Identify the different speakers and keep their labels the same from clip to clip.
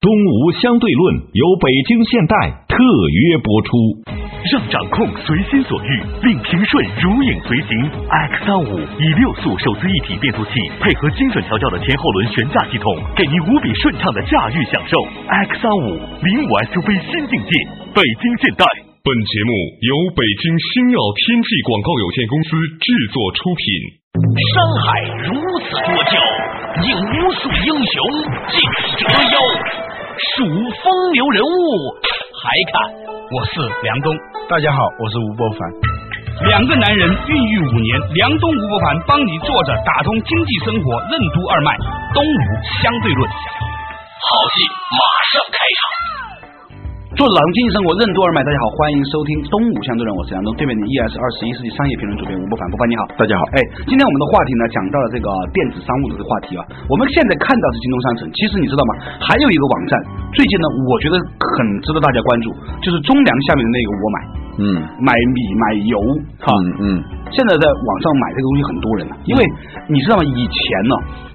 Speaker 1: 东吴相对论由北京现代特约播出。
Speaker 2: 让掌控随心所欲，令平顺如影随形。iX 三五以六速手自一体变速器配合精准调教的前后轮悬架系统，给您无比顺畅的驾驭享受。iX 三五零五 SUV 新境界，北京现代。
Speaker 3: 本节目由北京星耀天际广告有限公司制作出品。
Speaker 4: 山海如此多娇，引无数英雄竞折腰。数风流人物，还看
Speaker 5: 我是梁东。
Speaker 6: 大家好，我是吴伯凡。
Speaker 5: 两个男人孕育五年，梁东吴伯凡帮你坐着打通经济生活任督二脉，东吴相对论。
Speaker 4: 好戏马上开场。
Speaker 7: 做冷静生活任督二脉，大家好，欢迎收听《东吴相对论》，我是梁东，对面的依然是二十一世纪商业评论主编吴伯凡，伯凡你好，
Speaker 6: 大家好
Speaker 7: 哎，今天我们的话题呢，讲到了这个电子商务的这个话题啊，我们现在看到是京东商城，其实你知道吗？还有一个网站，最近呢，我觉得很值得大家关注，就是中粮下面的那个我买，
Speaker 6: 嗯
Speaker 7: 买米买油，哈、
Speaker 6: 嗯嗯，
Speaker 7: 现在在网上买这个东西很多人呢、因为你知道吗？以前呢，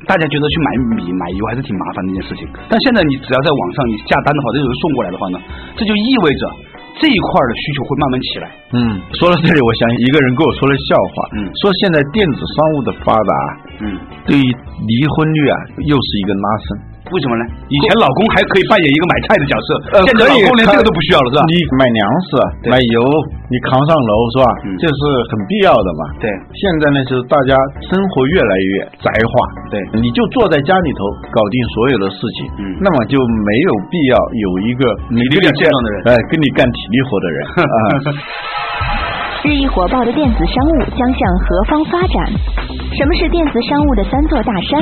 Speaker 7: 大家觉得去买米买油还是挺麻烦的一件事情，但现在你只要在网上你下单的话，这有人送过来的话呢，这就意味着这一块的需求会慢慢起来。
Speaker 6: 嗯，说到这里，我想起一个人跟我说了笑话，
Speaker 7: 嗯
Speaker 6: 说现在电子商务的发达，
Speaker 7: 嗯，
Speaker 6: 对于离婚率啊，又是一个拉升。
Speaker 7: 为什么呢？以前老公还可以扮演一个买菜的角色，现在
Speaker 6: 呃可
Speaker 7: 老
Speaker 6: 以
Speaker 7: 公连这个
Speaker 6: 看
Speaker 7: 都不需要了，是吧？
Speaker 6: 你买粮食、啊
Speaker 7: 对
Speaker 6: 买油，你扛上楼是吧？
Speaker 7: 嗯
Speaker 6: 这是很必要的嘛。
Speaker 7: 对
Speaker 6: 现在呢，就是大家生活越来越宅化，
Speaker 7: 对
Speaker 6: 你就坐在家里头搞定所有的事情，
Speaker 7: 嗯
Speaker 6: 那么就没有必要有一个你
Speaker 7: 力
Speaker 6: 跟你
Speaker 7: 量健壮的人
Speaker 6: 哎，跟你干体力 活的人啊。
Speaker 8: 日益火爆的电子商务将向何方发展？什么是电子商务的三座大山？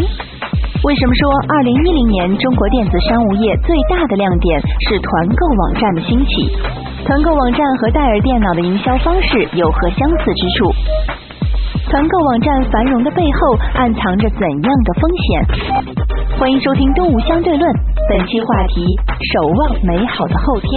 Speaker 8: 为什么说2010年中国电子商务业最大的亮点是团购网站的兴起？团购网站和戴尔电脑的营销方式有何相似之处？团购网站繁荣的背后暗藏着怎样的风险？欢迎收听《东吴相对论》，本期话题：守望美好的后天。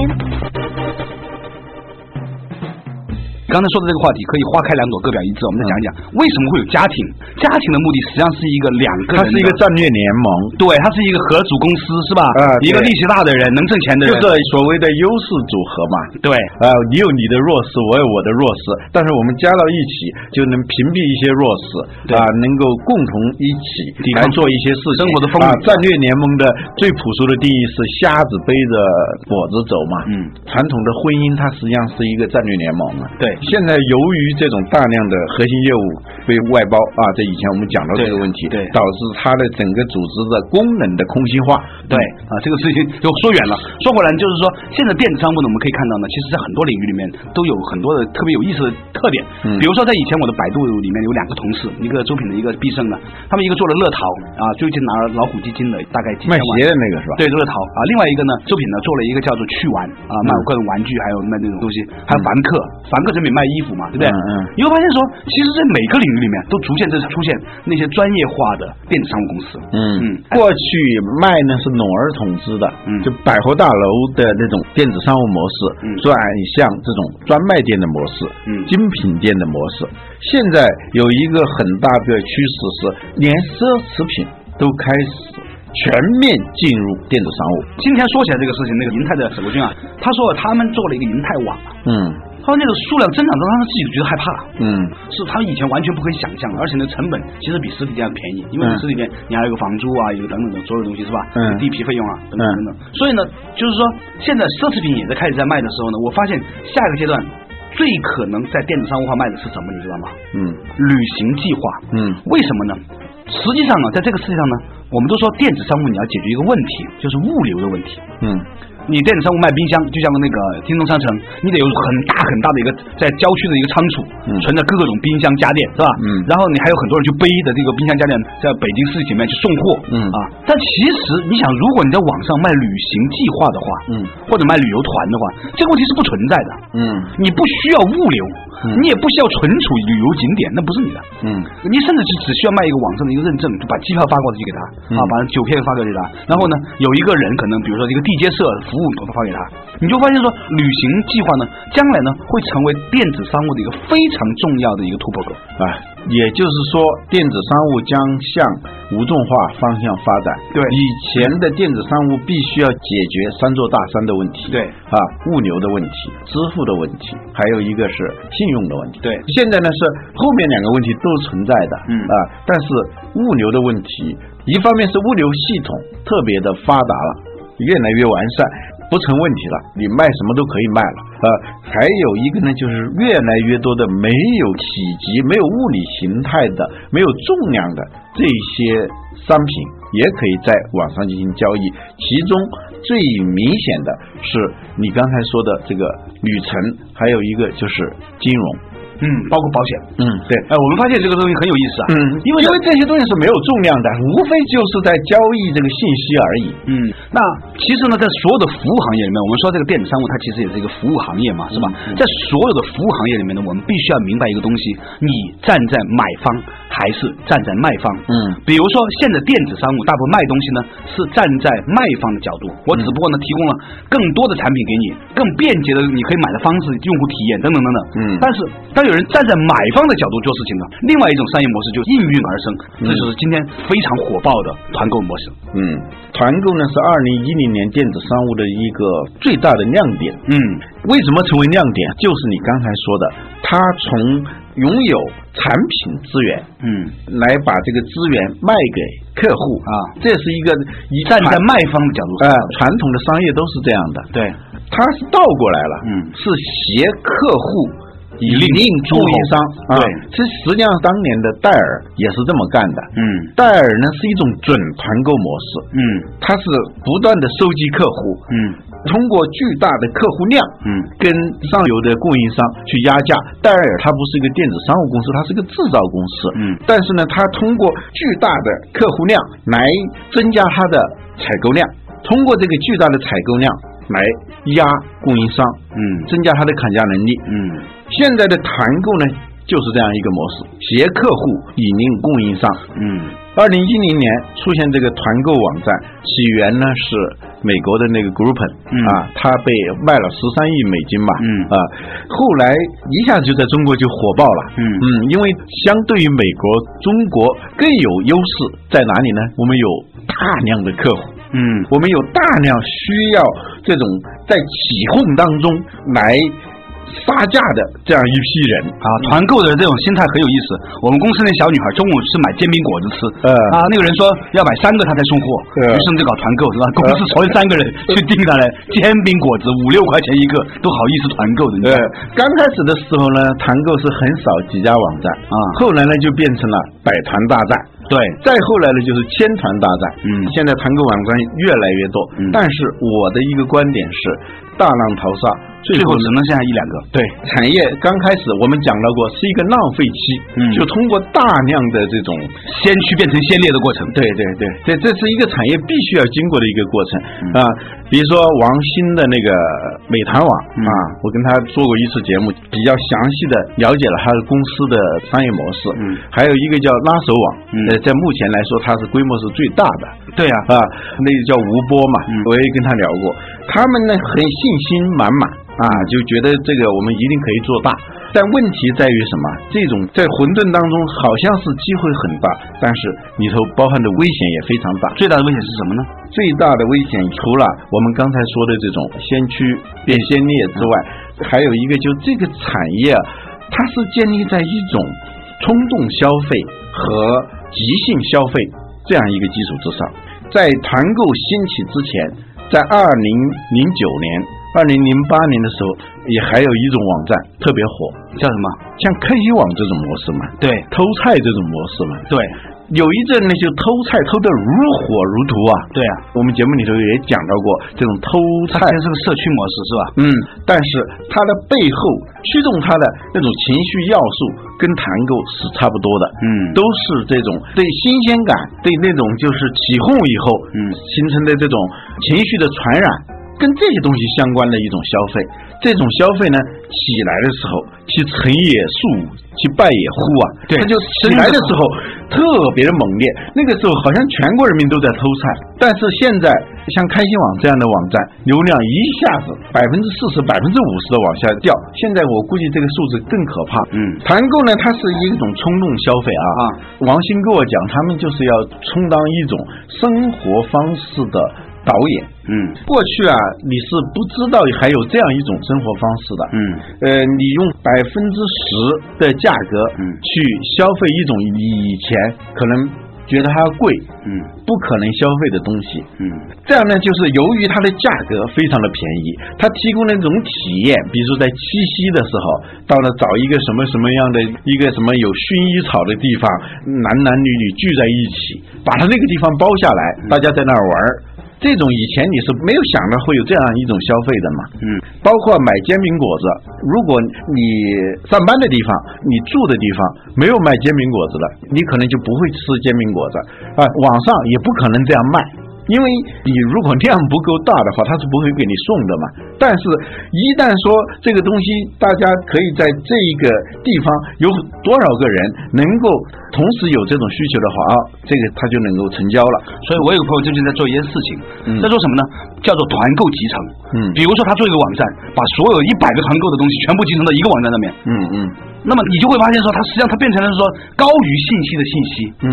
Speaker 7: 刚才说的这个话题可以花开两朵，各表一枝。我们再讲一
Speaker 6: 嗯
Speaker 7: 讲为什么会有家庭？家庭的目的实际上是一个两个
Speaker 6: 它
Speaker 7: 人，
Speaker 6: 是一个战略联盟，
Speaker 7: 对，它是一个合组公司是吧？
Speaker 6: 啊
Speaker 7: 一个力
Speaker 6: 对
Speaker 7: 气大的人，能挣钱的人，
Speaker 6: 就是所谓的优势组合嘛。
Speaker 7: 对，
Speaker 6: 呃，你有你的弱势，我有我的弱势，但是我们加到一起就能屏蔽一些弱势
Speaker 7: 对
Speaker 6: 啊、能够共同一起
Speaker 7: 抵
Speaker 6: 来
Speaker 7: 抗
Speaker 6: 做一些事
Speaker 7: 生
Speaker 6: 情。
Speaker 7: 活的风雨
Speaker 6: 啊，战略联盟的最朴素的定义是瞎子背着跛子走嘛。
Speaker 7: 嗯
Speaker 6: 传统的婚姻它实际上是一个战略联盟嘛。
Speaker 7: 对
Speaker 6: 现在由于这种大量的核心业务被外包啊，这以前我们讲到这个
Speaker 7: 对
Speaker 6: 问题，
Speaker 7: 对
Speaker 6: 导致它的整个组织的功能的空心化。
Speaker 7: 对啊，这个事情就说远了。说回来，就是说现在电子商务呢，我们可以看到呢，其实在很多领域里面都有很多的特别有意思的特点。
Speaker 6: 嗯
Speaker 7: 比如说在以前我的百度里面有两个同事，一个周品的一个毕生啊，他们一个做了乐淘啊，最近拿了老虎基金的大概几千
Speaker 6: 卖
Speaker 7: 万。
Speaker 6: 鞋的那个是吧？
Speaker 7: 对，乐淘啊，另外一个呢，周品呢做了一个叫做趣玩啊，卖
Speaker 6: 嗯
Speaker 7: 各种玩具，还有卖那种东西，还有凡客，凡客产品卖衣服嘛，对不对？
Speaker 6: 嗯嗯
Speaker 7: 你会发现说，其实，在每个领域里面都逐渐在出现那些专业化的电子商务公司。
Speaker 6: 嗯，过去卖呢是笼而统之的，
Speaker 7: 嗯
Speaker 6: 就百货大楼的那种电子商务模式，
Speaker 7: 嗯
Speaker 6: 转向这种专卖店的模式，
Speaker 7: 嗯
Speaker 6: 精品店的模式。现在有一个很大的趋势是，连奢侈品都开始全面进入电子商务。
Speaker 7: 今天说起来这个事情，那个银泰的沈国军啊，他说他们做了一个银泰网，啊
Speaker 6: 嗯
Speaker 7: 他说那个数量增长到他们自己都觉得害怕，
Speaker 6: 嗯
Speaker 7: 是他们以前完全不可以想象的，而且呢成本其实比实体店要便宜，因为你
Speaker 6: 嗯
Speaker 7: 实体店你还有一个房租啊，有等等的所有东西是吧？
Speaker 6: 嗯
Speaker 7: 地皮费用啊等等等等。所以呢，就是说现在奢侈品也在开始在卖的时候呢，我发现下一个阶段最可能在电子商务化卖的是什么，你知道吗？
Speaker 6: 嗯
Speaker 7: 旅行计划。
Speaker 6: 嗯
Speaker 7: 为什么呢？实际上呢，在这个世界上呢，我们都说电子商务你要解决一个问题，就是物流的问题。
Speaker 6: 嗯
Speaker 7: 你电子商务卖冰箱，就像那个京东商城，你得有很大很大的一个在郊区的一个仓储，
Speaker 6: 嗯
Speaker 7: 存着各种冰箱家电，是吧？
Speaker 6: 嗯
Speaker 7: 然后你还有很多人去背着这个冰箱家电在北京市里面去送货，
Speaker 6: 嗯
Speaker 7: 啊。但其实你想，如果你在网上卖旅行计划的话，
Speaker 6: 嗯
Speaker 7: 或者卖旅游团的话，这个问题是不存在的。
Speaker 6: 嗯
Speaker 7: 你不需要物流，
Speaker 6: 嗯
Speaker 7: 你也不需要存储旅游景点，那不是你的。
Speaker 6: 嗯
Speaker 7: 你甚至只只需要卖一个网上的一个认证，就把机票发过去给他、
Speaker 6: 嗯
Speaker 7: 啊，把酒片发过去给他。然后呢，有一个人可能比如说一个地接社服务发给他，你就发现说旅行计划呢，将来呢会成为电子商务的一个非常重要的一个突破口。
Speaker 6: 啊，也就是说，电子商务将向无重化方向发展。
Speaker 7: 对
Speaker 6: 以前的电子商务必须要解决三座大山的问题。
Speaker 7: 对
Speaker 6: 啊，物流的问题、支付的问题，还有一个是信用的问题。
Speaker 7: 对
Speaker 6: 现在呢是后面两个问题都存在的。
Speaker 7: 嗯
Speaker 6: 啊，但是物流的问题，一方面是物流系统特别的发达了，越来越完善。不成问题了，你卖什么都可以卖了。呃，还有一个呢，就是越来越多的没有体积、没有物理形态的、没有重量的这些商品，也可以在网上进行交易。其中最明显的是你刚才说的这个旅程，还有一个就是金融。
Speaker 7: 嗯，包括保险。
Speaker 6: 嗯，对。
Speaker 7: 哎，我们发现这个东西很有意思啊。
Speaker 6: 嗯，因为因为这些东西是没有重量的，无非就是在交易这个信息而已。
Speaker 7: 嗯，那其实呢，在所有的服务行业里面，我们说这个电子商务它其实也是一个服务行业嘛，是吧？
Speaker 6: 嗯
Speaker 7: 在所有的服务行业里面呢，我们必须要明白一个东西：你站在买方还是站在卖方？
Speaker 6: 嗯
Speaker 7: 比如说现在电子商务大部分卖东西呢是站在卖方的角度，我
Speaker 6: 嗯
Speaker 7: 只不过呢提供了更多的产品给你，更便捷的你可以买的方式、用户体验等等等等。
Speaker 6: 嗯
Speaker 7: 但是当有人站在买方的角度做事情呢，另外一种商业模式就应运而生，这就是今天非常火爆的团购模式。
Speaker 6: 嗯，团购呢是二零一零年电子商务的一个最大的亮点。
Speaker 7: 嗯，
Speaker 6: 为什么成为亮点？就是你刚才说的，它从拥有产品资源，
Speaker 7: 嗯，
Speaker 6: 来把这个资源卖给客户
Speaker 7: 啊
Speaker 6: 这是一个一
Speaker 7: 站在
Speaker 6: 传
Speaker 7: 卖方的角度，
Speaker 6: 呃传统的商业都是这样的，
Speaker 7: 对，
Speaker 6: 它是倒过来了，
Speaker 7: 嗯
Speaker 6: 是携客户以令
Speaker 7: 诸
Speaker 6: 供应商
Speaker 7: 侯
Speaker 6: 啊
Speaker 7: 对。
Speaker 6: 其实实际上当年的戴尔也是这么干的，
Speaker 7: 嗯
Speaker 6: 戴尔呢是一种准团购模式，
Speaker 7: 嗯
Speaker 6: 它是不断的收集客户，
Speaker 7: 嗯
Speaker 6: 通过巨大的客户量，
Speaker 7: 嗯
Speaker 6: 跟上游的供应商去压价。戴尔它不是一个电子商务公司，它是一个制造公司，
Speaker 7: 嗯
Speaker 6: 但是呢，它通过巨大的客户量来增加它的采购量，通过这个巨大的采购量来压供应商，
Speaker 7: 嗯
Speaker 6: 增加它的砍价能力，
Speaker 7: 嗯
Speaker 6: 现在的团购呢，就是这样一个模式，携客户引领供应商。
Speaker 7: 嗯
Speaker 6: 二零一零年出现这个团购网站，起源呢是美国的那个 Groupon、
Speaker 7: 嗯
Speaker 6: 啊，它被卖了十三亿美金吧，
Speaker 7: 嗯
Speaker 6: 啊，后来一下子就在中国就火爆了，
Speaker 7: 嗯
Speaker 6: 嗯，因为相对于美国，中国更有优势在哪里呢？我们有大量的客户，
Speaker 7: 嗯
Speaker 6: 我们有大量需要这种在起哄当中来杀价的这样一批人
Speaker 7: 啊，团购的这种心态很有意思。我们公司那小女孩中午是买煎饼果子吃，
Speaker 6: 呃
Speaker 7: 啊，那个人说要买三个她才送货，
Speaker 6: 呃
Speaker 7: 于是我们就搞团购，是吧？公司所有三个人去订她的煎饼果子，五六块钱一个，都好意思团购的，你知
Speaker 6: 呃
Speaker 7: 道吗，
Speaker 6: 刚开始的时候呢，团购是很少几家网站
Speaker 7: 啊
Speaker 6: 后来呢就变成了百团大战，
Speaker 7: 对，
Speaker 6: 再后来呢就是千团大战。
Speaker 7: 嗯
Speaker 6: 现在团购网站越来越多，
Speaker 7: 嗯
Speaker 6: 但是我的一个观点是，大浪淘沙，最
Speaker 7: 最后
Speaker 6: 后
Speaker 7: 只
Speaker 6: 呢。
Speaker 7: 能剩下一两个，对，
Speaker 6: 产业刚开始，我们讲到过是一个浪费期，
Speaker 7: 嗯
Speaker 6: 就通过大量的这种
Speaker 7: 先驱变成先烈的过程，
Speaker 6: 对对对，这这是一个产业必须要经过的一个过程
Speaker 7: 嗯
Speaker 6: 啊。比如说王兴的那个美团网
Speaker 7: 嗯
Speaker 6: 啊，我跟他做过一次节目，比较详细的了解了他的公司的商业模式。
Speaker 7: 嗯
Speaker 6: 还有一个叫拉手网
Speaker 7: 嗯，
Speaker 6: 呃，在目前来说它是规模是最大的
Speaker 7: 对啊，
Speaker 6: 啊，那个叫吴波嘛
Speaker 7: 嗯，
Speaker 6: 我也跟他聊过，他们呢很信心满满啊，就觉得这个我们一定可以做大。但问题在于什么？这种在混沌当中好像是机会很大，但是里头包含的危险也非常大。
Speaker 7: 最大的危险是什么呢？
Speaker 6: 最大的危险除了我们刚才说的这种先驱变先烈之外，还有一个就是这个产业啊，它是建立在一种冲动消费和急性消费这样一个基础之上。在团购兴起之前，在二零零九年、二零零八年的时候，也还有一种网站特别火，
Speaker 7: 叫什么？
Speaker 6: 像 KK 网这种模式嘛，
Speaker 7: 对
Speaker 6: 偷菜这种模式嘛，
Speaker 7: 对
Speaker 6: 有一阵呢，就偷菜偷得如火如荼啊。
Speaker 7: 对啊，
Speaker 6: 我们节目里头也讲到过这种偷
Speaker 7: 它
Speaker 6: 菜
Speaker 7: 现，在是个社区模式是吧？
Speaker 6: 嗯，但是它的背后驱动它的那种情绪要素跟团购是差不多的，
Speaker 7: 嗯
Speaker 6: 都是这种对新鲜感、对那种就是起哄以后，
Speaker 7: 嗯
Speaker 6: 形成的这种情绪的传染。跟这些东西相关的一种消费。这种消费呢，起来的时候，其成也肃，其败也忽啊。
Speaker 7: 对
Speaker 6: 它就起来的时候特别的猛烈，那个时候好像全国人民都在偷菜。但是现在像开心网这样的网站，流量一下子百分之四十、百分之五十的往下掉。现在我估计这个数字更可怕。
Speaker 7: 嗯
Speaker 6: 团购呢，它是一种冲动消费啊。
Speaker 7: 啊
Speaker 6: 王兴跟我讲，他们就是要充当一种生活方式的导演。
Speaker 7: 嗯
Speaker 6: 过去啊，你是不知道还有这样一种生活方式的。
Speaker 7: 嗯
Speaker 6: 呃，你用百分之十的价格，
Speaker 7: 嗯
Speaker 6: 去消费一种你以前可能觉得它贵，
Speaker 7: 嗯
Speaker 6: 不可能消费的东西。
Speaker 7: 嗯
Speaker 6: 这样呢，就是由于它的价格非常的便宜，它提供了一种体验，比如说在七夕的时候，到了找一个什么什么样的一个什么有薰衣草的地方，男男女女聚在一起，把它那个地方包下来，大家在那儿玩儿。这种以前你是没有想到会有这样一种消费的嘛？
Speaker 7: 嗯，
Speaker 6: 包括买煎饼果子，如果你上班的地方、你住的地方没有卖煎饼果子的，你可能就不会吃煎饼果子啊、网上也不可能这样卖。因为你如果量不够大的话，他是不会给你送的嘛。但是，一旦说这个东西大家可以在这一个地方有多少个人能够同时有这种需求的话啊，这个他就能够成交了。
Speaker 7: 所以我有个朋友最近在做一件事情，
Speaker 6: 嗯
Speaker 7: 在做什么呢？叫做团购集成。
Speaker 6: 嗯
Speaker 7: 比如说他做一个网站，把所有一百个团购的东西全部集成到一个网站上面，
Speaker 6: 嗯嗯
Speaker 7: 那么你就会发现说，它实际上它变成了说高于信息的信息。
Speaker 6: 嗯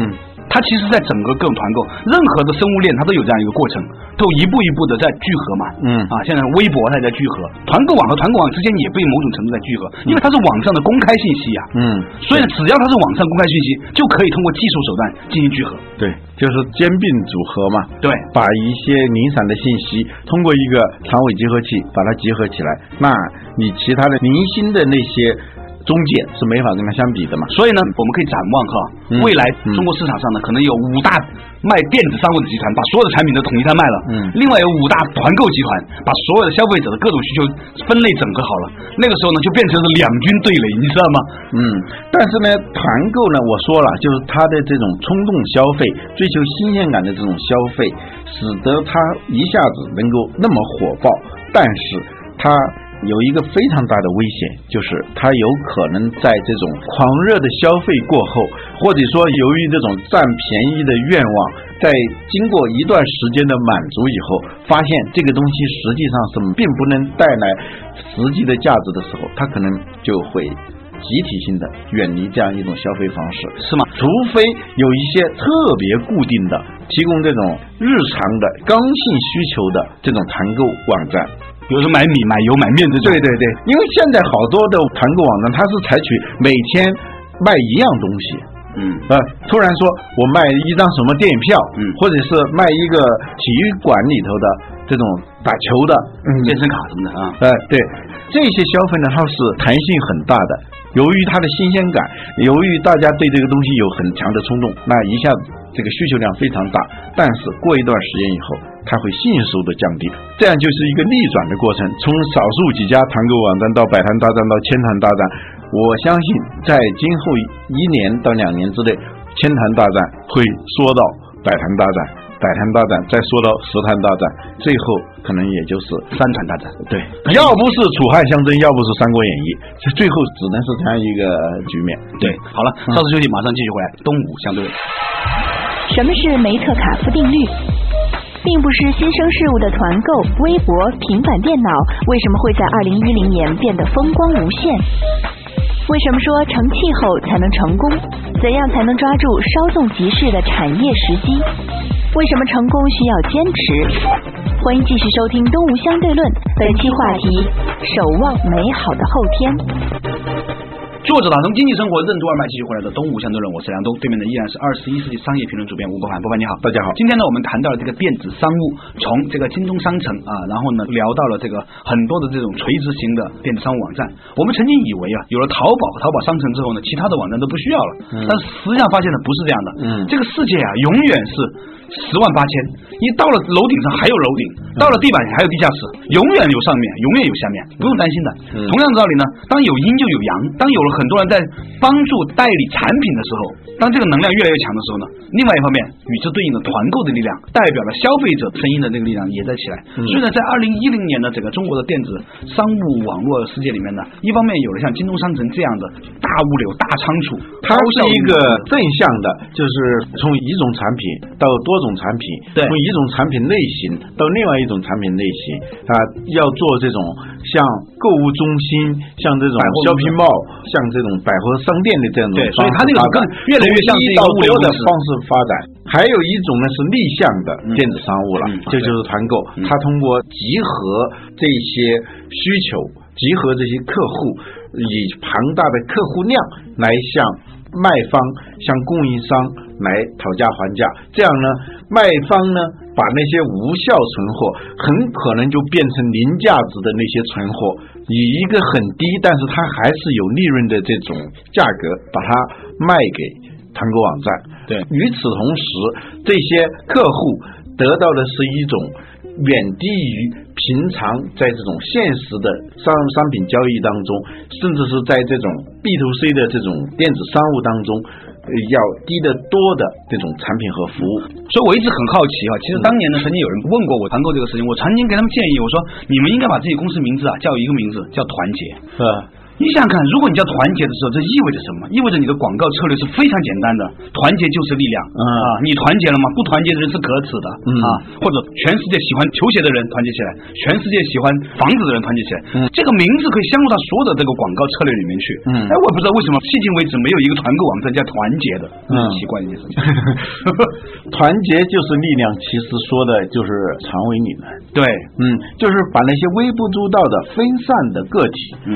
Speaker 7: 它其实，在整个各种团购，任何的生物链，它都有这样一个过程，都一步一步的在聚合嘛。
Speaker 6: 嗯
Speaker 7: 啊，现在微博它也在聚合，团购网和团购网之间也被某种程度在聚合，因为它是网上的公开信息呀、啊
Speaker 6: 嗯，
Speaker 7: 所以只要它是网上公开信息，就可以通过技术手段进行聚合。
Speaker 6: 对，就是兼并组合嘛。
Speaker 7: 对
Speaker 6: 把一些零散的信息通过一个长尾集合器把它集合起来，那你其他的零星的那些中介是没法跟它相比的嘛。
Speaker 7: 所以呢，我们可以展望哈
Speaker 6: 嗯，
Speaker 7: 未来
Speaker 6: 嗯
Speaker 7: 中国市场上呢，可能有五大卖电子商务的集团把所有的产品都统一摊卖了，
Speaker 6: 嗯
Speaker 7: 另外有五大团购集团把所有的消费者的各种需求分类整合好了，那个时候呢，就变成了两军对垒，你知道吗？
Speaker 6: 嗯，但是呢，团购呢，我说了，就是它的这种冲动消费、追求新鲜感的这种消费，使得它一下子能够那么火爆，但是它。有一个非常大的危险，就是它有可能在这种狂热的消费过后，或者说由于这种占便宜的愿望，在经过一段时间的满足以后，发现这个东西实际上是并不能带来实际的价值的时候，它可能就会集体性的远离这样一种消费方式，
Speaker 7: 是吗？
Speaker 6: 除非有一些特别固定的提供这种日常的刚性需求的这种团购网站。
Speaker 7: 比如说买米、买油、买面这种，
Speaker 6: 对对对，因为现在好多的团购网站，它是采取每天卖一样东西。
Speaker 7: 嗯
Speaker 6: 呃，突然说我卖一张什么电影票，
Speaker 7: 嗯
Speaker 6: 或者是卖一个体育馆里头的这种打球的，嗯
Speaker 7: 健身卡什么的啊，
Speaker 6: 呃，对，这些消费呢，它是弹性很大的。由于它的新鲜感，由于大家对这个东西有很强的冲动，那一下子这个需求量非常大。但是过一段时间以后，它会迅速的降低，这样就是一个逆转的过程。从少数几家团购网站到百团大战到千团大战，我相信在今后一年到两年之内，千团大战会说到百团大战，百团大战再说到十团大战，最后可能也就是
Speaker 7: 三团大战。
Speaker 6: 对，要不是楚汉相争，要不是《三国演义》，这最后只能是这样一个局面。
Speaker 7: 对，好了，邵氏兄弟马上继续回来，东吴相对论。
Speaker 8: 什么是梅特卡夫定律？并不是新生事物的团购、微博、平板电脑为什么会在2010年变得风光无限？为什么说成气候才能成功？怎样才能抓住稍纵即逝的产业时机？为什么成功需要坚持？欢迎继续收听《东吴相对论》，本期话题：守望美好的后天。
Speaker 7: 作者打通经济生活任督二脉，继续回来的东吴相对论，我是梁东，对面的依然是二十一世纪商业评论主编吴伯凡，伯凡你好，大家好。今天呢，我们谈到了这个电子商务，从这个京东商城啊，然后呢聊到了这个很多的这种垂直型的电子商务网站。我们曾经以为啊，有了淘宝、淘宝商城之后呢，其他的网站都不需要了，但是实际上发现呢不是这样的，
Speaker 6: 嗯
Speaker 7: 这个世界啊，永远是十万八千，你到了楼顶上还有楼顶，
Speaker 6: 嗯
Speaker 7: 到了地板还有地下
Speaker 6: 嗯
Speaker 7: 室，永远有上面，永远有下面，不用担心的。同样的道理呢，当有阴就有阳，当有了很多人在帮助代理产品的时候，当这个能量越来越强的时候呢，另外一方面与之对应的团购的力量，代表了消费者声音的这个力量也在起来。
Speaker 6: 嗯
Speaker 7: 所以呢，在二零一零年的整个中国的电子商务网络世界里面呢，一方面有了像京东商城这样的大物流、大仓储，
Speaker 6: 它
Speaker 7: 高
Speaker 6: 是
Speaker 7: 效
Speaker 6: 一
Speaker 7: 率
Speaker 6: 个
Speaker 7: 的
Speaker 6: 正向的，就是从一种产品到多种产品，
Speaker 7: 对
Speaker 6: 从一种产品类型到另外一种产品类型啊，要做这种像购物中心、像这种
Speaker 7: 百货公司
Speaker 6: shopping mall、像这种百货商店的这样一种
Speaker 7: 对所以它
Speaker 6: 方式
Speaker 7: 这个
Speaker 6: 发展
Speaker 7: 更越来越像是一个
Speaker 6: 从
Speaker 7: 物
Speaker 6: 一
Speaker 7: 流
Speaker 6: 到多的
Speaker 7: 公司
Speaker 6: 方式发展。还有一种呢是逆向的电子商务了
Speaker 7: 嗯，
Speaker 6: 这就是团购，它通过集合这些需求。集合这些客户，以庞大的客户量来向卖方、向供应商来讨价还价。这样呢，卖方呢把那些无效存货很可能就变成零价值的那些存货，以一个很低但是它还是有利润的这种价格把它卖给团购网站。
Speaker 7: 对
Speaker 6: 与此同时，这些客户得到的是一种远低于平常在这种现实的商商品交易当中，甚至是在这种 B to C 的这种电子商务当中，呃要低得多的这种产品和服 务。
Speaker 7: 所以我一直很好奇啊，其实当年呢，曾经有人问过我团购这个事情，我曾经给他们建议，我说你们应该把自己公司名字啊叫一个名字，叫团结。
Speaker 6: 呃，
Speaker 7: 你想想看，如果你叫团结的时候，这意味着什么？意味着你的广告策略是非常简单的，团结就是力量、
Speaker 6: 嗯
Speaker 7: 啊！你团结了吗？不团结的人是可耻的、
Speaker 6: 嗯
Speaker 7: 啊！或者全世界喜欢球鞋的人团结起来，全世界喜欢房子的人团结起来，
Speaker 6: 嗯
Speaker 7: 这个名字可以镶入到所有的这个广告策略里面去。
Speaker 6: 嗯
Speaker 7: 哎，我不知道为什么，迄今为止没有一个团购网站叫团结的，
Speaker 6: 嗯
Speaker 7: 很奇怪的一件事情。
Speaker 6: 团结就是力量，其实说的就是长尾理论。
Speaker 7: 对，
Speaker 6: 嗯，就是把那些微不足道的分散的个体，
Speaker 7: 嗯。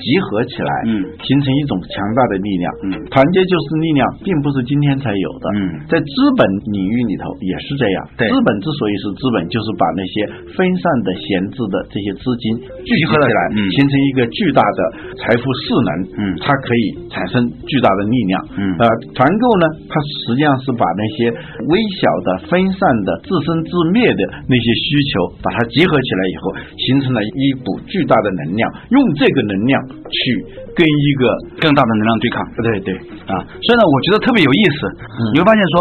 Speaker 6: 集合起来，
Speaker 7: 嗯
Speaker 6: 形成一种强大的力量。
Speaker 7: 嗯
Speaker 6: 团结就是力量，并不是今天才有的。
Speaker 7: 嗯
Speaker 6: 在资本领域里头也是这样。
Speaker 7: 对
Speaker 6: 资本之所以是资本，就是把那些分散的、闲置的这些资金聚集
Speaker 7: 合了
Speaker 6: 起来，
Speaker 7: 嗯
Speaker 6: 形成一个巨大的财富势能。
Speaker 7: 嗯
Speaker 6: 它可以产生巨大的力量。
Speaker 7: 嗯
Speaker 6: 呃，团购呢，它实际上是把那些微小的、分散的、自生自灭的那些需求，把它集合起来以后，形成了一股巨大的能量，用这个能量去跟一个
Speaker 7: 更大的能量对抗
Speaker 6: 对对嗯
Speaker 7: 啊！所以呢，我觉得特别有意思。你会发现说，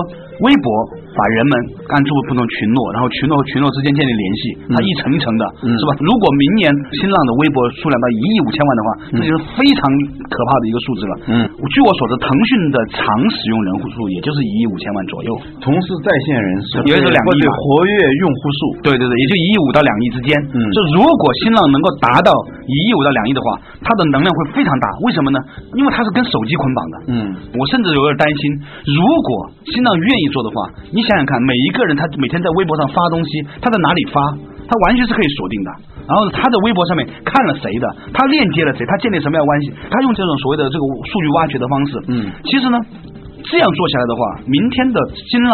Speaker 7: 微博把人们按住不同群落，然后群落和群落之间建立联系，它一层一层的，
Speaker 6: 嗯
Speaker 7: 是吧？如果明年新浪的微博数量到一亿五千万的话，这就是非常可怕的一个数字了。
Speaker 6: 嗯
Speaker 7: 据我所知，腾讯的常使用人户数也就是一亿五千万左右。
Speaker 6: 同时在线人数，
Speaker 7: 有一个两
Speaker 6: 或
Speaker 7: 亿
Speaker 6: 者
Speaker 7: 吧
Speaker 6: 活跃用户数，
Speaker 7: 对对对，也就一亿五到两亿之间。
Speaker 6: 嗯
Speaker 7: 就如果新浪能够达到一亿五到两亿的话，它的能量会非常大。为什么呢？因为它是跟手机捆绑的。
Speaker 6: 嗯
Speaker 7: 我甚至有点担心，如果新浪愿意做的话，你想想看，每一个人他每天在微博上发东西，他在哪里发，他完全是可以锁定的。然后他在微博上面看了谁的，他链接了谁，他建立什么样的关系，他用这种所谓的这个数据挖掘的方式。
Speaker 6: 嗯
Speaker 7: 其实呢，这样做下来的话，明天的新浪。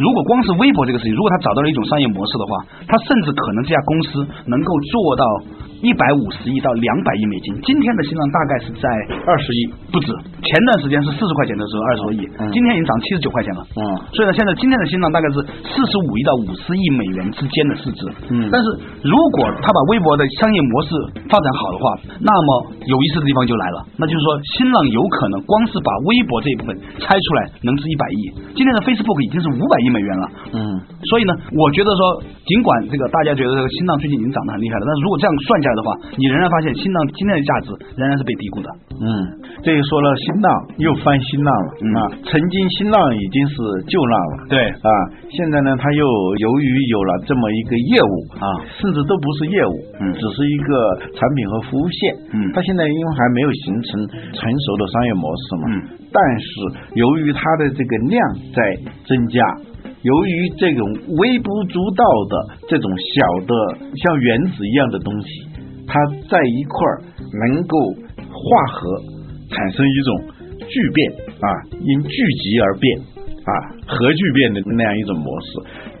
Speaker 7: 如果光是微博这个事情，如果他找到了一种商业模式的话，他甚至可能这家公司能够做到一百五十亿到两百亿美金。今天的新浪大概是在
Speaker 6: 二十亿，
Speaker 7: 不止，前段时间是四十块钱的时候二十多亿，
Speaker 6: 嗯
Speaker 7: 今天已经涨七十九块钱了。
Speaker 6: 嗯
Speaker 7: 所以呢，现在今天的新浪大概是四十五亿到五十亿美元之间的市值。
Speaker 6: 嗯
Speaker 7: 但是如果他把微博的商业模式发展好的话，那么有意思的地方就来了，那就是说新浪有可能光是把微博这一部分拆出来能值一百亿。今天的 Facebook 已经是五百亿美元了，
Speaker 6: 嗯
Speaker 7: 所以呢，我觉得说，尽管这个大家觉得这个新浪最近已经涨得很厉害了，但是如果这样算下来的话，你仍然发现新浪今天的价值仍然是被低估的。
Speaker 6: 嗯，这就说了新浪又翻新浪了、
Speaker 7: 嗯
Speaker 6: 啊！曾经新浪已经是旧浪了，
Speaker 7: 对
Speaker 6: 啊，现在呢，它又由于有了这么一个业务
Speaker 7: 啊
Speaker 6: 甚至都不是业务，
Speaker 7: 嗯
Speaker 6: 只是一个产品和服务线，
Speaker 7: 嗯
Speaker 6: 它现在因为还没有形成成熟的商业模式嘛，
Speaker 7: 嗯，
Speaker 6: 但是由于它的这个量在增加。由于这种微不足道的这种小的像原子一样的东西，它在一块儿能够化合，产生一种聚变啊，因聚集而变啊，核聚变的那样一种模式，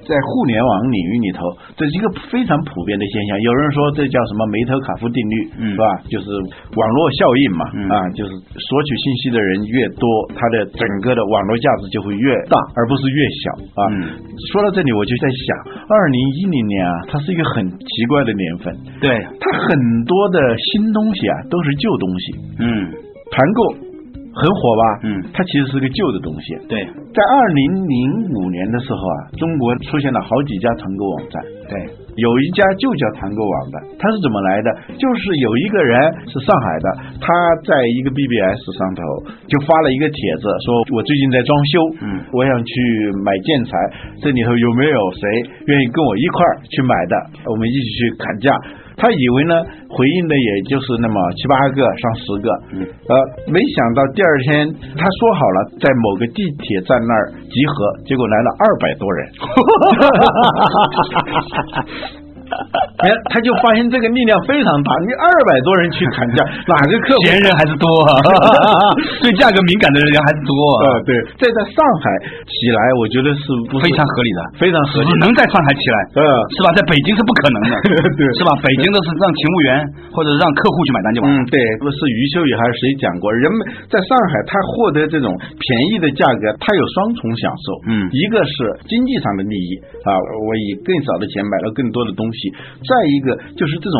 Speaker 6: 在互联网领域里头，这是一个非常普遍的现象。有人说这叫什么梅特卡夫定律，
Speaker 7: 嗯
Speaker 6: 是吧？就是网络效应嘛，
Speaker 7: 嗯
Speaker 6: 啊，就是索取信息的人越多，它的整个的网络价值就会越大，而不是越小啊。
Speaker 7: 嗯
Speaker 6: 说到这里，我就在想，二零一零年啊，它是一个很奇怪的年份，
Speaker 7: 对，
Speaker 6: 它很多的新东西啊都是旧东西，
Speaker 7: 嗯，
Speaker 6: 团购很火吧？
Speaker 7: 嗯
Speaker 6: 它其实是个旧的东西。
Speaker 7: 对
Speaker 6: 在二零零五年的时候啊，中国出现了好几家团购网站，
Speaker 7: 对，
Speaker 6: 有一家就叫团购网站，它是怎么来的？就是有一个人是上海的，他在一个 BBS 上头就发了一个帖子，说我最近在装修，
Speaker 7: 嗯
Speaker 6: 我想去买建材，这里头有没有谁愿意跟我一块儿去买的？我们一起去砍价。他以为呢，回应的也就是那么七八个上十个，
Speaker 7: 嗯
Speaker 6: 呃，没想到第二天他说好了在某个地铁站那儿集合，结果来了二百多人， 哎，他就发现这个力量非常大，你二百多人去砍价， 哪个客户
Speaker 7: 闲人还是多 啊，对价格敏感的人还是多啊，
Speaker 6: 啊，对，这在上海起来，我觉得是不
Speaker 7: 非
Speaker 6: 是
Speaker 7: 常合理的，
Speaker 6: 非常合
Speaker 7: 只。
Speaker 6: 理
Speaker 7: 能在上海起来，
Speaker 6: 嗯，
Speaker 7: 是吧？在北京是不可能 的
Speaker 6: 对
Speaker 7: 是吧？北京都是让勤务员或者让客户去买单就完了。
Speaker 6: 嗯，对，不是余秀雨还是谁讲过，人们在上海他获得这种便宜的价格，他有双重享受，
Speaker 7: 嗯
Speaker 6: 一个是经济上的利益啊，我以更少的钱买到更多的东西，再一个就是这种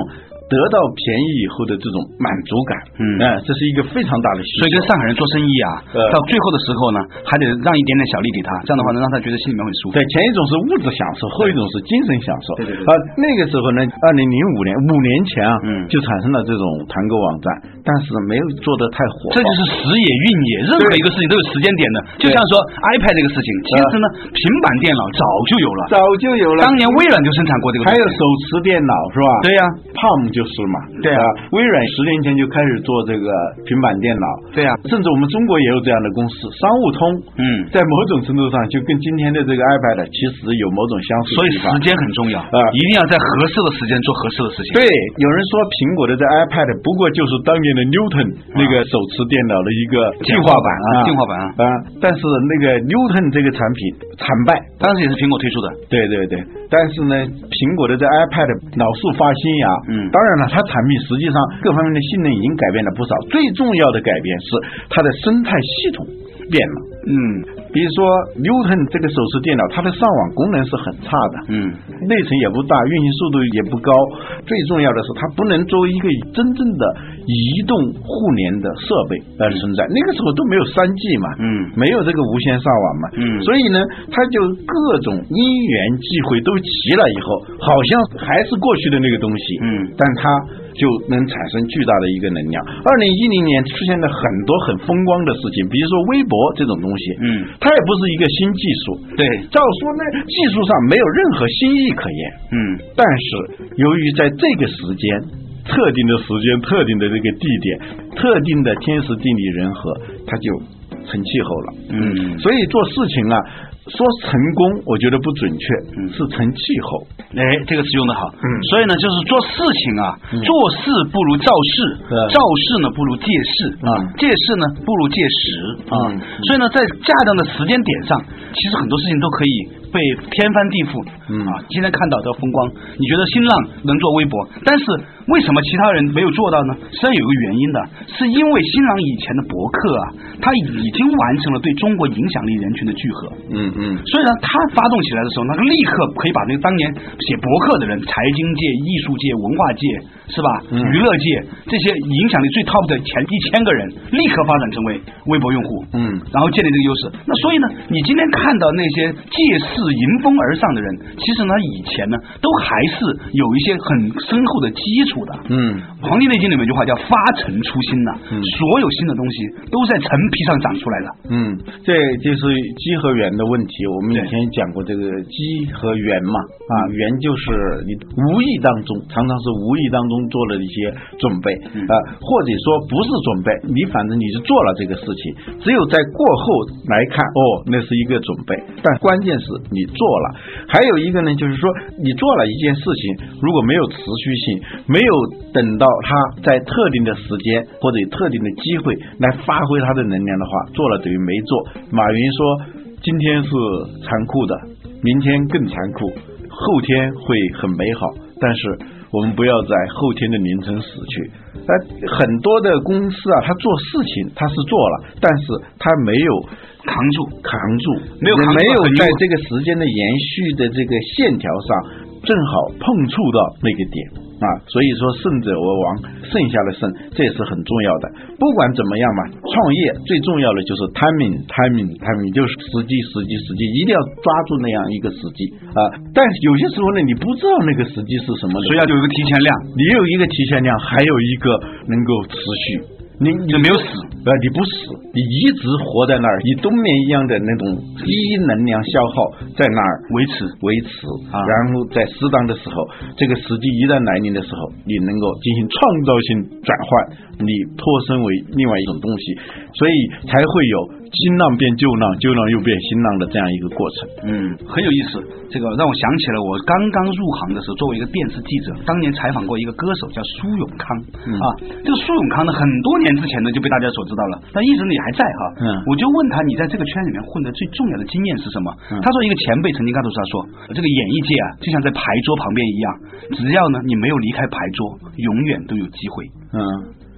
Speaker 6: 得到便宜以后的这种满足感，
Speaker 7: 嗯
Speaker 6: 哎这是一个非常大的需求，
Speaker 7: 所以跟上海人做生意啊，
Speaker 6: 呃
Speaker 7: 到最后的时候呢，还得让一点点小利给他，这样的话能让他觉得心里面很舒服。
Speaker 6: 对，前一种是物质享受，后一种是精神享受。
Speaker 7: 对对对
Speaker 6: 啊，那个时候呢，二零零五年，五年前啊，
Speaker 7: 嗯
Speaker 6: 就产生了这种团购网站，但是没有做得太火爆。
Speaker 7: 这就是时也运也，任何一个事情都有时间点的。就像说 iPad 这个事情，其实呢，平板电脑早就有了，
Speaker 6: 早就有了
Speaker 7: 当年微软就生产过这个东
Speaker 6: 还
Speaker 7: 西。
Speaker 6: 有手持电脑是吧？
Speaker 7: 对呀、
Speaker 6: Palm 就是嘛，
Speaker 7: 对啊
Speaker 6: 啊，微软十年前就开始做这个平板电脑，
Speaker 7: 对呀、
Speaker 6: 甚至我们中国也有这样的公司，商务通，
Speaker 7: 嗯
Speaker 6: 在某种程度上就跟今天的这个 iPad 其实有某种相似
Speaker 7: 所以
Speaker 6: 的
Speaker 7: 时
Speaker 6: 地方。
Speaker 7: 间很重要，
Speaker 6: 呃
Speaker 7: 一定要在合适的时间做合适的事情。
Speaker 6: 对，有人说苹果的这 iPad 不过就是当年的 Newton 那个手持电脑的一个
Speaker 7: 进化版啊进化版啊
Speaker 6: 啊！但是那个 Newton 这个产品惨败，
Speaker 7: 当时也是苹果推出的，
Speaker 6: 对对对，但是呢，苹果的这 iPad 老树发新芽，
Speaker 7: 嗯
Speaker 6: 当然了，它产品实际上各方面的性能已经改变了不少，最重要的改变是它的生态系统变了。
Speaker 7: 嗯
Speaker 6: 比如说 Newton 这个手持电脑，它的上网功能是很差的，
Speaker 7: 嗯，
Speaker 6: 内存也不大，运行速度也不高。最重要的是，它不能作为一个真正的移动互联的设备而存在。那个时候都没有三 G 嘛，
Speaker 7: 嗯
Speaker 6: 没有这个无线上网嘛，
Speaker 7: 嗯
Speaker 6: 所以呢，它就各种因缘际会都齐了以后，好像还是过去的那个东西，
Speaker 7: 嗯
Speaker 6: 但它就能产生巨大的一个能量。二零一零年出现了很多很风光的事情，比如说微博这种东西，
Speaker 7: 嗯
Speaker 6: 它也不是一个新技术，
Speaker 7: 对
Speaker 6: 照说呢，技术上没有任何新意可言，
Speaker 7: 嗯，
Speaker 6: 但是由于在这个时间、特定的时间、特定的这个地点、特定的天时地利人和，它就成气候了。
Speaker 7: 嗯
Speaker 6: 所以做事情啊，说成功，我觉得不准确，
Speaker 7: 嗯
Speaker 6: 是成气候。
Speaker 7: 哎，这个词用的好。
Speaker 6: 嗯
Speaker 7: 所以呢，就是做事情啊，做事不如造势，
Speaker 6: 对
Speaker 7: 造势呢不如借势
Speaker 6: 啊
Speaker 7: 借势呢不如借时啊
Speaker 6: 嗯。
Speaker 7: 所以呢，在恰当的时间点上，其实很多事情都可以被天翻地覆。
Speaker 6: 嗯
Speaker 7: 啊，今天看到的风光，你觉得新浪能做微博，但是为什么其他人没有做到呢？实际上有一个原因的，是因为新浪以前的博客啊，它已经完成了对中国影响力人群的聚合。
Speaker 6: 嗯嗯
Speaker 7: 所以呢，他发动起来的时候，那个立刻可以把那个当年写博客的人、财经界、艺术界、文化界，是吧？
Speaker 6: 嗯
Speaker 7: 娱乐界这些影响力最 top 的前一千个人，立刻发展成为微博用户，
Speaker 6: 嗯
Speaker 7: 然后建立这个优势。那所以呢，你今天看到那些借势迎风而上的人，其实呢，以前呢，都还是有一些很深厚的基础的。
Speaker 6: 嗯
Speaker 7: 《黄帝内经》里面有句话叫“发陈出新”呐，所有新的东西都在陈皮上长出来的。
Speaker 6: 嗯，这就是基和元的问题。我们
Speaker 7: 对
Speaker 6: 以前讲过这个基和元嘛，啊，元就是你无意当中，常常是无意当中做了一些准备啊、或者说不是准备，你反正你是做了这个事情，只有在过后来看，哦，那是一个准备，但关键是你做了。还有一个呢，就是说你做了一件事情，如果没有持续性，没有等到它在特定的时间或者有特定的机会来发挥它的能量的话，做了等于没做。马云说，今天是残酷的，明天更残酷，后天会很美好，但是。我们不要在后天的凌晨死去。那很多的公司啊，他做事情他是做了，但是他没有扛住，扛住，
Speaker 7: 没有
Speaker 6: 也
Speaker 7: 扛住
Speaker 6: 没有
Speaker 7: 很
Speaker 6: 在
Speaker 7: 用
Speaker 6: 这个时间的延续的这个线条上，正好碰触到那个点。啊，所以说胜者为王，剩下的胜，这也是很重要的。不管怎么样嘛，创业最重要的就是 timing，timing，timing，就是时机，时机，时机，一定要抓住那样一个时机啊。但是有些时候呢，你不知道那个时机是什么的，
Speaker 7: 所以要有一个提前量，
Speaker 6: 你有一个提前量，还有一个能够持续。你你没有死，呃，你不死，你一直活在那儿，以冬眠一样的那种低能量消耗在那儿维持维持
Speaker 7: 啊
Speaker 6: 然后在适当的时候，这个时机一旦来临的时候，你能够进行创造性转换，你脱身为另外一种东西，所以才会有新浪变旧浪，旧浪又变新浪的这样一个过程。
Speaker 7: 嗯，很有意思。这个让我想起了我刚刚入行的时候，作为一个电视记者，当年采访过一个歌手叫苏永康、啊。这个苏永康呢，很多年之前呢就被大家所知道了，但一直呢也还在哈。
Speaker 6: 嗯
Speaker 7: 我就问他，你在这个圈里面混的最重要的经验是什么？他说，一个前辈曾经告诉他说，这个演艺界啊，就像在牌桌旁边一样，只要呢你没有离开牌桌，永远都有机会。
Speaker 6: 嗯，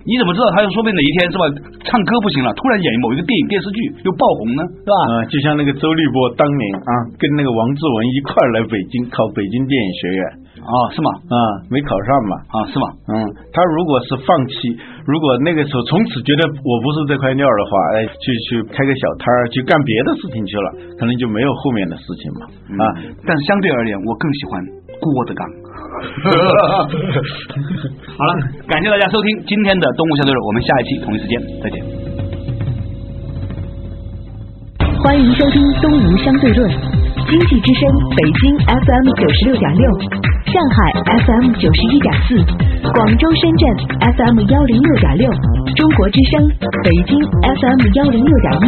Speaker 7: 你怎么知道他又说不定哪一天是吧？唱歌不行了，突然演某一个电影电视剧又爆红呢，是吧？
Speaker 6: 呃，就像那个周立波当年啊，跟那个王志文一块儿来北京考北京电影学院
Speaker 7: 啊，是吗？
Speaker 6: 啊，没考上嘛。
Speaker 7: 啊，是吗？
Speaker 6: 嗯，他如果是放弃，如果那个时候从此觉得我不是这块料的话，哎，去去开个小摊儿，去干别的事情去了，可能就没有后面的事情嘛。啊，
Speaker 7: 但是相对而言，我更喜欢郭德纲。 好了，感谢大家收听今天的《东吴相对论》，我们下一期同一时间再见。
Speaker 9: 欢迎收听《东吴相对论》，经济之声北京 FM 九十六点六，上海 FM 九十一点四，广州、深圳 FM 幺零六点六，中国之声北京 FM 幺零六点一，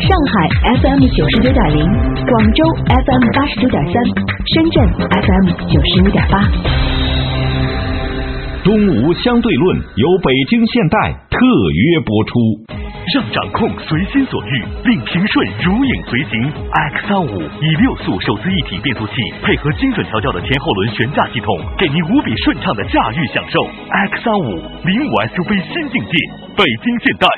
Speaker 9: 上海 FM 九十九点零，广州 FM 八十九点三，深圳 FM 九十五点八。
Speaker 1: 东吴相对论由北京现代特约播出。
Speaker 2: 让掌控随心所欲，令平顺如影随形。iX 三五以六速手自一体变速器，配合精准调教的前后轮悬架系统，给您无比顺畅的驾驭享受。iX 三五零五 SUV 新境界，北京现代